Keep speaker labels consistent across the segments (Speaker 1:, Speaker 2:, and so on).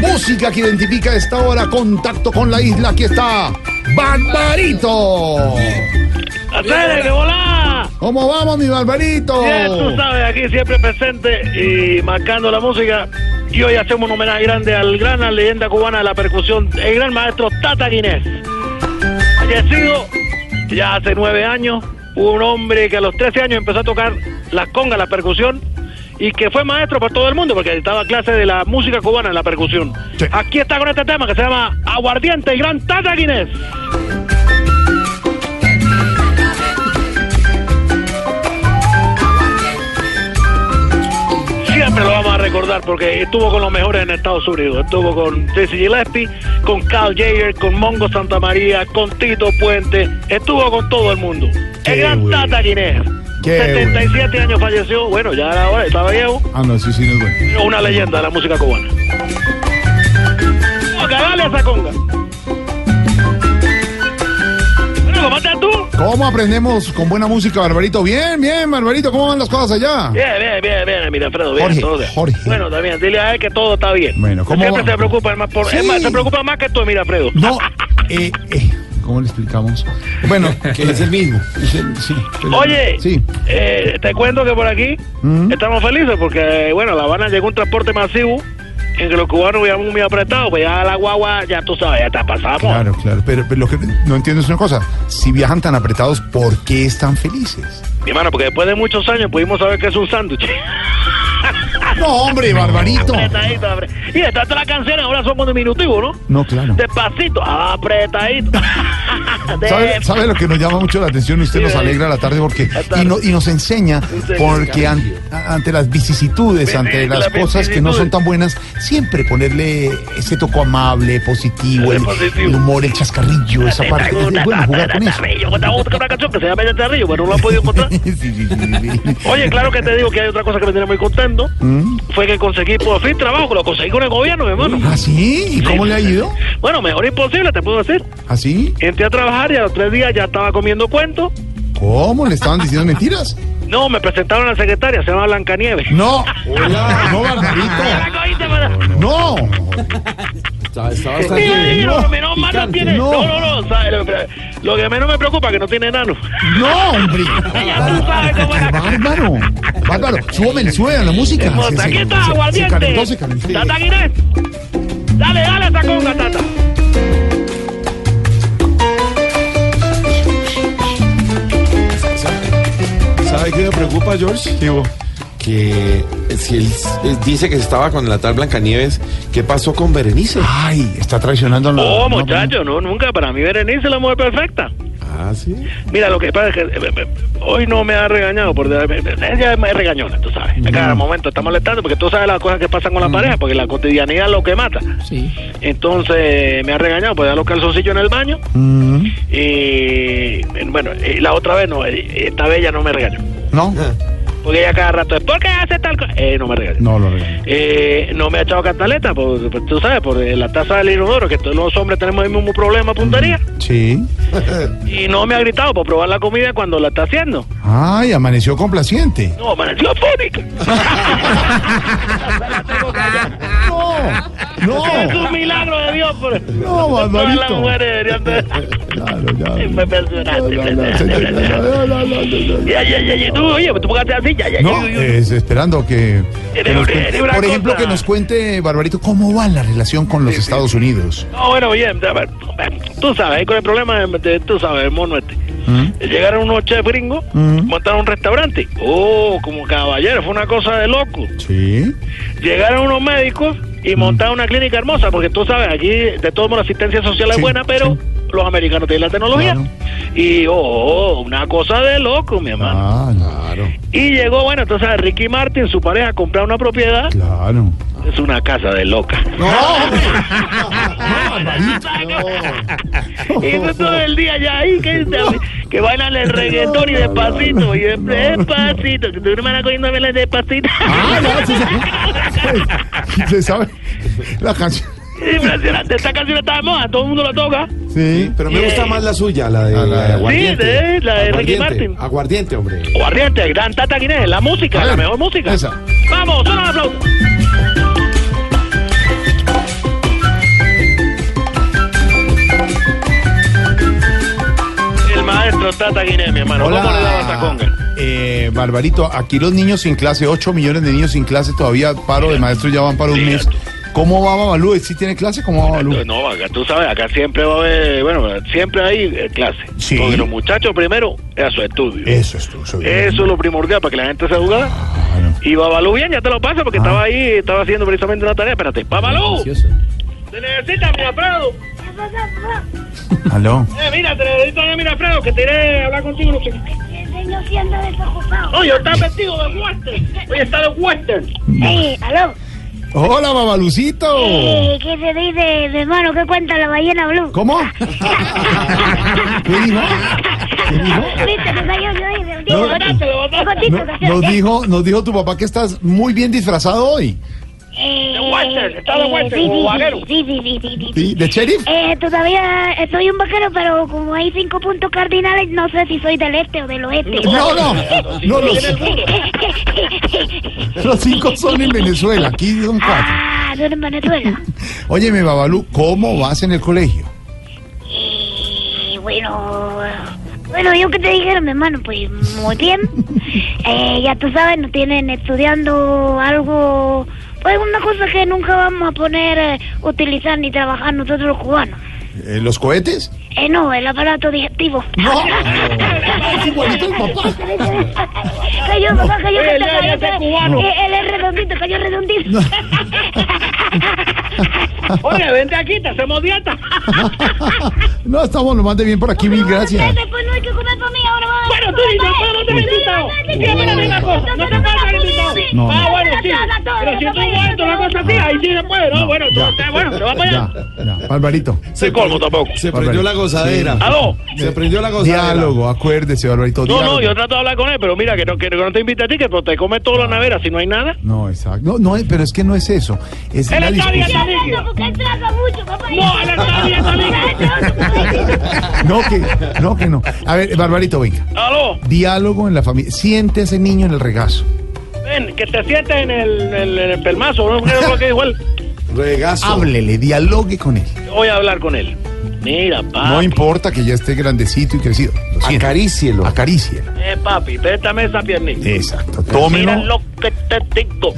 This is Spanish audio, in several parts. Speaker 1: Música que identifica esta hora, contacto con la isla, aquí está Barbarito.
Speaker 2: ¡Atene, que volá!
Speaker 1: ¿Cómo vamos, mi Barbarito?
Speaker 2: Bien, tú sabes, aquí siempre presente y marcando la música. Y hoy hacemos un homenaje grande al gran la leyenda cubana de la percusión, el gran maestro Tata Guinés. Fallecido ya hace nueve años, un hombre que a los 13 años empezó a tocar las congas, la percusión, y que fue maestro para todo el mundo, porque daba clase de la música cubana en la percusión.
Speaker 1: Sí.
Speaker 2: Aquí está con este tema que se llama Aguardiente, el gran Tata Guinés. Siempre lo vamos a recordar porque estuvo con los mejores en Estados Unidos. Estuvo con Dizzy Gillespie, con Cal Jager, con Mongo Santa María, con Tito Puente. Estuvo con todo el mundo.
Speaker 1: Qué
Speaker 2: el gran
Speaker 1: bueno.
Speaker 2: Tata Guinés.
Speaker 1: Qué
Speaker 2: 77 años falleció. Bueno, ya era hora, estaba viejo.
Speaker 1: Ah, no, sí, sí, no es bueno.
Speaker 2: Una leyenda de la música cubana. Conga, dale a esa conga. Bueno, ¿cómo estás tú?
Speaker 1: ¿Cómo aprendemos con buena música, Barbarito? Bien, bien, Barbarito, ¿cómo van las cosas allá?
Speaker 2: Bien, bien, bien, bien, mira, Alfredo, bien,
Speaker 1: Jorge,
Speaker 2: todo bien.
Speaker 1: Jorge.
Speaker 2: Bueno, también, dile a él que todo está bien.
Speaker 1: Bueno, ¿cómo
Speaker 2: Siempre
Speaker 1: va?
Speaker 2: se preocupa el más por,
Speaker 1: Sí.
Speaker 2: es más, se preocupa más que tú, mira, Alfredo.
Speaker 1: No, eh, eh, ¿cómo le explicamos? Bueno, que es el mismo. es el- sí, pero-
Speaker 2: Oye,
Speaker 1: Sí. Mm.
Speaker 2: eh, te cuento que por aquí estamos felices porque, bueno, a La Habana llegó un transporte masivo en que los cubanos vivíamos muy apretados, pues ya la guagua, ya tú sabes, ya te pasamos.
Speaker 1: Claro, claro. Pero, pero lo que no entiendo es una cosa. Si viajan tan apretados, ¿por qué están felices?
Speaker 2: Mi hermano, porque después de muchos años pudimos saber que es un sándwich.
Speaker 1: No, hombre, Barbarito.
Speaker 2: Apretadito, apre- Y está hasta la canción, ahora somos diminutivos, ¿no?
Speaker 1: No, claro.
Speaker 2: Despacito, apretadito.
Speaker 1: ¿Sabe, sabe lo que nos llama mucho la atención? Usted
Speaker 2: Este, pues, Sí,
Speaker 1: nos
Speaker 2: ahí.
Speaker 1: alegra la tarde porque
Speaker 2: La tarde.
Speaker 1: y, no- y nos enseña
Speaker 2: Enseña.
Speaker 1: porque an- a- ante las vicisitudes,
Speaker 2: Sí,
Speaker 1: ante
Speaker 2: sí,
Speaker 1: las
Speaker 2: las
Speaker 1: cosas que no son
Speaker 2: vicisitudes.
Speaker 1: tan buenas, siempre ponerle ese toco amable, positivo,
Speaker 2: Ese
Speaker 1: el,
Speaker 2: positivo.
Speaker 1: el humor, el chascarrillo, esa parte. Es bueno jugar con eso.
Speaker 2: Yo contaba otra una canción que se llama El Tarrillo, pero no la he podido encontrar.
Speaker 1: Sí, sí, sí, sí, sí.
Speaker 2: Oye, claro que te digo que hay otra cosa que me tiene muy contento.
Speaker 1: ¿Mm?
Speaker 2: Fue que conseguí por fin trabajo, que lo conseguí con el gobierno, mi hermano.
Speaker 1: ¿Ah, sí? ¿Y cómo le ha ido? ¿Ah,
Speaker 2: Bueno, mejor imposible, te puedo decir.
Speaker 1: ¿Así?
Speaker 2: Entré a trabajar y a los tres días ya estaba comiendo cuentos.
Speaker 1: ¿Cómo? ¿Le estaban diciendo mentiras?
Speaker 2: No, me presentaron a la secretaria, se llama Blancanieves.
Speaker 1: No. No, Barbarito. No.
Speaker 2: Lo que menos malo tiene.
Speaker 1: No.
Speaker 2: No, no, no. ¿sabes? Lo que- Lo que menos me preocupa es que no tiene enano.
Speaker 1: No, hombre.
Speaker 2: Ya tú sabes cómo era.
Speaker 1: Bárbaro. Bárbaro. Súbeme, súbeme la música. Se- se-
Speaker 2: Pues,
Speaker 1: se- se
Speaker 2: Aquí está,
Speaker 1: calentó, se
Speaker 2: aguardiente.
Speaker 1: calentó.
Speaker 2: Tata Guinés. Dale, dale esa conga, tata.
Speaker 3: ¿Sabe qué me preocupa, George? Que si él eh, dice que estaba con la tal Blancanieves, ¿qué pasó con Berenice?
Speaker 1: Ay, está traicionando a la.
Speaker 2: Oh,
Speaker 1: no,
Speaker 2: muchacho, no, nunca. Para mí, Berenice es la mujer perfecta.
Speaker 3: Ah, sí.
Speaker 2: Mira, lo que pasa es que eh, eh, hoy no me ha regañado. Por, eh, ella me regañona, tú sabes. A cada momento está molestando porque tú sabes las cosas que pasan con la pareja, porque la cotidianidad es lo que mata. Entonces me ha regañado por dar los calzoncillos en el baño.
Speaker 1: Mm,
Speaker 2: Y bueno, eh, la otra vez no, eh, esta vez ella no me regañó.
Speaker 1: No,
Speaker 2: Porque ella cada rato es, ¿por qué hace tal cosa? Eh, no me regañó.
Speaker 1: no lo regañó.
Speaker 2: Eh, no me ha echado cantaleta, por, por- tú sabes, por eh, la taza del inodoro, que todos los hombres tenemos el mismo problema, puntería.
Speaker 1: Sí.
Speaker 2: Y no me ha gritado por probar la comida cuando la está haciendo.
Speaker 1: Ay, amaneció complaciente.
Speaker 2: No, amaneció fónica.
Speaker 1: No. No.
Speaker 2: Es un milagro de Dios. Por...
Speaker 1: No,
Speaker 2: Todas las
Speaker 1: Barbarito.
Speaker 2: mujeres deberían de...
Speaker 1: Claro, ya.
Speaker 2: Me impresionaste.
Speaker 1: No, no, no, señora, no, no, no, no, no.
Speaker 2: Ya, ya, ya, ya. Tú, oye, pues tú póngate así. Ya, ya,
Speaker 1: No,
Speaker 2: ya, ya, ya.
Speaker 1: es esperando que, que nos
Speaker 2: Ni
Speaker 1: cuente-
Speaker 2: una
Speaker 1: por ejemplo,
Speaker 2: cosa.
Speaker 1: que nos cuente, Barbarito, cómo va la relación con los Estados Unidos.
Speaker 2: No, bueno, bien. a ver, Tú sabes, con el problema, de- de- tú sabes, el mono este.
Speaker 1: ¿Mm?
Speaker 2: Llegaron unos chefs gringos, montaron un restaurante. Oh, como caballero, fue una cosa de loco.
Speaker 1: Sí.
Speaker 2: Llegaron unos médicos y montaron una clínica hermosa, porque tú sabes, aquí de todos modos la asistencia social es
Speaker 1: Sí,
Speaker 2: buena, pero
Speaker 1: sí.
Speaker 2: los americanos tienen la tecnología.
Speaker 1: Claro.
Speaker 2: Y, oh, oh, una cosa de loco, mi hermano.
Speaker 1: Ah, no,
Speaker 3: Claro.
Speaker 2: Y llegó, bueno, entonces Ricky Martin, su pareja, a comprar una propiedad.
Speaker 1: claro.
Speaker 2: Es una casa de loca.
Speaker 1: No, hombre.
Speaker 2: Oh, Y eso todo el día ya ahí que, que bailan el reggaetón y despacito. Y de- despacito. Que tu hermana cogiéndome la despacito.
Speaker 1: Ah, no, se sabe. Se sabe la canción.
Speaker 2: Impresionante. Esta canción está de moda. Todo el mundo la toca.
Speaker 1: Sí,
Speaker 3: Pero me gusta más la suya, la de,
Speaker 1: Ah, la de-
Speaker 3: Aguardiente.
Speaker 2: Sí, de- la de Ricky
Speaker 3: Aguardiente,
Speaker 2: Martin.
Speaker 3: Aguardiente, hombre.
Speaker 2: Guardiante, gran Tata Guinness. La música,
Speaker 1: A
Speaker 2: la
Speaker 1: ver,
Speaker 2: mejor música.
Speaker 1: esa.
Speaker 2: Vamos, suena el aplauso. El maestro Tata Guinness, mi hermano. ¿Cómo le daba esa conga?
Speaker 1: Eh, Barbarito, aquí los niños sin clase, 8 millones de niños sin clase, todavía paro de maestros ya van para un
Speaker 2: Sí,
Speaker 1: mes.
Speaker 2: gato.
Speaker 1: ¿Cómo va Babalú? ¿Sí tiene clase? ¿Cómo va Babalú?
Speaker 2: No, No, acá tú sabes, acá siempre va a haber, bueno, siempre hay eh, clase.
Speaker 1: Sí.
Speaker 2: Porque los muchachos primero es a su estudio.
Speaker 1: Eso es tú. soy-
Speaker 2: Eso es lo primordial para que la gente se jugada.
Speaker 1: Claro.
Speaker 2: Y Babalú bien, ya te lo paso
Speaker 1: Ah.
Speaker 2: porque estaba ahí, estaba haciendo precisamente una tarea. Espérate, Babalú, te necesita Mirafredo.
Speaker 1: Aló.
Speaker 2: Eh, mira, te necesito a Mirafredo que te iré a hablar contigo. No, sé qué.
Speaker 4: Vengo siendo desocupado.
Speaker 2: Oye, está vestido de western. Oye, está de western.
Speaker 4: Eh, aló.
Speaker 1: Hola, Babalucito.
Speaker 4: Eh, ¿Qué se dice, mi hermano? ¿Qué cuenta la ballena blue?
Speaker 1: ¿Cómo? ¿Qué dijo? ¿Qué dijo?
Speaker 4: Viste, me cayó yo ahí, me
Speaker 1: No,
Speaker 4: digo,
Speaker 2: Espérate, lo botaste.
Speaker 4: ¿qué
Speaker 1: No-
Speaker 4: cortito que hacer?
Speaker 1: nos, dijo, nos dijo tu papá que estás muy bien disfrazado hoy.
Speaker 4: Eh,
Speaker 2: De Western, está de
Speaker 4: eh,
Speaker 2: Western,
Speaker 4: sí,
Speaker 2: como
Speaker 4: sí,
Speaker 2: vaquero.
Speaker 4: Sí, sí, sí, sí, sí, sí.
Speaker 1: ¿Sí? ¿De sheriff?
Speaker 4: Eh, todavía estoy un vaquero, pero como hay cinco puntos cardinales, no sé si soy del este o del oeste.
Speaker 1: No, no. No, los, los cinco son en Venezuela. Aquí son cuatro.
Speaker 4: ah, soy en Venezuela.
Speaker 1: Óyeme, Babalú, ¿cómo vas en el colegio?
Speaker 4: Eh, bueno, bueno, yo que te dijera, mi hermano, pues muy bien. Eh, ya tú sabes, nos tienen estudiando algo, pues una cosa que nunca vamos a poner, eh, utilizar ni trabajar nosotros los cubanos.
Speaker 1: Eh, ¿Los cohetes?
Speaker 4: Eh, no, el aparato digestivo.
Speaker 1: No. Es igualito el Pues, papá.
Speaker 4: cayó, papá, cayó,
Speaker 2: Eh,
Speaker 4: que te
Speaker 2: ya, ya
Speaker 4: cayó.
Speaker 2: está
Speaker 4: que-
Speaker 2: cubano.
Speaker 4: eh, Él es redondito, cayó redondito.
Speaker 2: Oye, vente aquí, te hacemos dieta. Ah,
Speaker 1: No, estamos lo más de bien por aquí, mil gracias.
Speaker 4: Después no hay que comer para mí, ahora va a-
Speaker 2: Bueno, tú dices,
Speaker 4: Papá,
Speaker 2: pero no te
Speaker 4: eh,
Speaker 2: he invitado.
Speaker 4: sí,
Speaker 2: Sí, espérate una cosa, no te pasa el invitado.
Speaker 1: No,
Speaker 2: Ah,
Speaker 1: no.
Speaker 2: bueno, sí. Pero si tú muerto una cosa así, ahí sí se puede, ¿no? bueno, tú,
Speaker 1: ya.
Speaker 2: bueno, te va a
Speaker 1: Ya,
Speaker 2: allá.
Speaker 1: ya. Barbarito.
Speaker 2: Se colmo tampoco.
Speaker 3: Se prendió la gozadera.
Speaker 2: ¿Aló?
Speaker 3: Se prendió la gozadera.
Speaker 1: Diálogo, acuérdese, Barbarito.
Speaker 2: No,
Speaker 1: diálogo.
Speaker 2: no, yo trato de hablar con él, pero mira, que no, que no te invite a ti, que pues, te come toda
Speaker 1: Ah.
Speaker 2: la nevera si no hay nada.
Speaker 1: No, exacto. No, no, eh, pero es que no es eso. Es
Speaker 2: Él
Speaker 1: la
Speaker 2: está bien,
Speaker 1: discusión.
Speaker 4: Porque él traga mucho, papá.
Speaker 2: No, él está bien, está
Speaker 1: No, que no, que no. A ver, Barbarito, venga.
Speaker 2: ¿Aló?
Speaker 1: Diálogo en la familia. Siente a ese niño en el regazo.
Speaker 2: Ven, que te sientes en el, en, el pelmazo, ¿no? Creo lo que dijo él.
Speaker 3: Regazo.
Speaker 1: Háblele, dialogue con él.
Speaker 2: Voy a hablar con él. Mira,
Speaker 1: No
Speaker 2: papi.
Speaker 1: importa que ya esté grandecito y crecido. Lo siento.
Speaker 3: Acarícielo.
Speaker 1: Acarícielo.
Speaker 2: Eh, papi, préstame esa piernita.
Speaker 1: Exacto.
Speaker 2: Mira
Speaker 1: Tómelo.
Speaker 2: lo que te digo.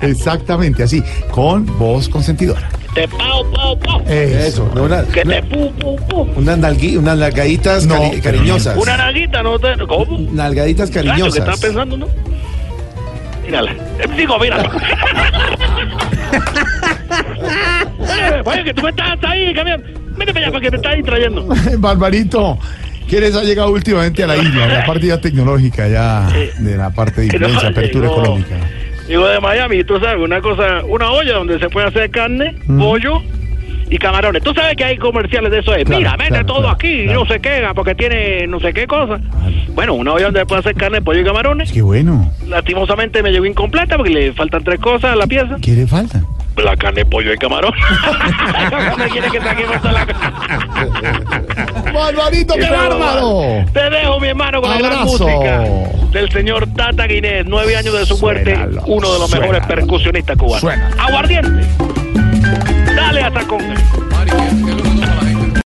Speaker 1: Exactamente, así. Con voz consentidora.
Speaker 2: Te pao, pao, pao.
Speaker 3: Eso. no, una,
Speaker 2: Que te pu, pu, pu.
Speaker 3: unas nalgui- unas nalgaditas
Speaker 1: No,
Speaker 3: cari-
Speaker 1: pero
Speaker 3: cariñosas.
Speaker 2: Una naguita, ¿no? te- ¿Cómo?
Speaker 3: Nalgaditas
Speaker 2: Claro, que
Speaker 3: cariñosas.
Speaker 2: estás pensando, ¿no? Mírala. Eh, Digo, mírala. Eh, Oye, que tú me estás ahí, camión. Mírame para allá porque te estás distrayendo.
Speaker 1: Barbarito, ¿qué les ha llegado últimamente a la isla? La parte ya tecnológica, ya de la parte de
Speaker 2: Que no,
Speaker 1: influencia, apertura
Speaker 2: llegó-
Speaker 1: económica.
Speaker 2: Digo de Miami, tú sabes, una cosa, una olla donde se puede hacer carne,
Speaker 1: Mm.
Speaker 2: pollo y camarones. Tú sabes que hay comerciales de eso. de,
Speaker 1: Claro,
Speaker 2: Mira, mete
Speaker 1: claro,
Speaker 2: todo
Speaker 1: claro,
Speaker 2: aquí,
Speaker 1: claro.
Speaker 2: no se queda porque tiene no sé qué cosa. Bueno, una olla donde se puede hacer carne, pollo y camarones.
Speaker 1: Qué bueno.
Speaker 2: Lastimosamente me llegó incompleta porque le faltan tres cosas a la pieza.
Speaker 1: ¿Qué le falta?
Speaker 2: La carne, pollo y camarón. ¿Dónde quieres que saquemos toda la carne?
Speaker 1: ¡Barbarito, qué bárbaro!
Speaker 2: Te dejo, mi hermano, con la gran
Speaker 1: ¡Abrazo!
Speaker 2: música. del señor Tata Guinés, nueve años de su muerte,
Speaker 1: Suénalo,
Speaker 2: uno de los mejores
Speaker 1: suénalo.
Speaker 2: percusionistas cubanos.
Speaker 1: Suénalo.
Speaker 2: Aguardiente. Dale hasta con.
Speaker 3: Mari, ¿qué- qué es lo que-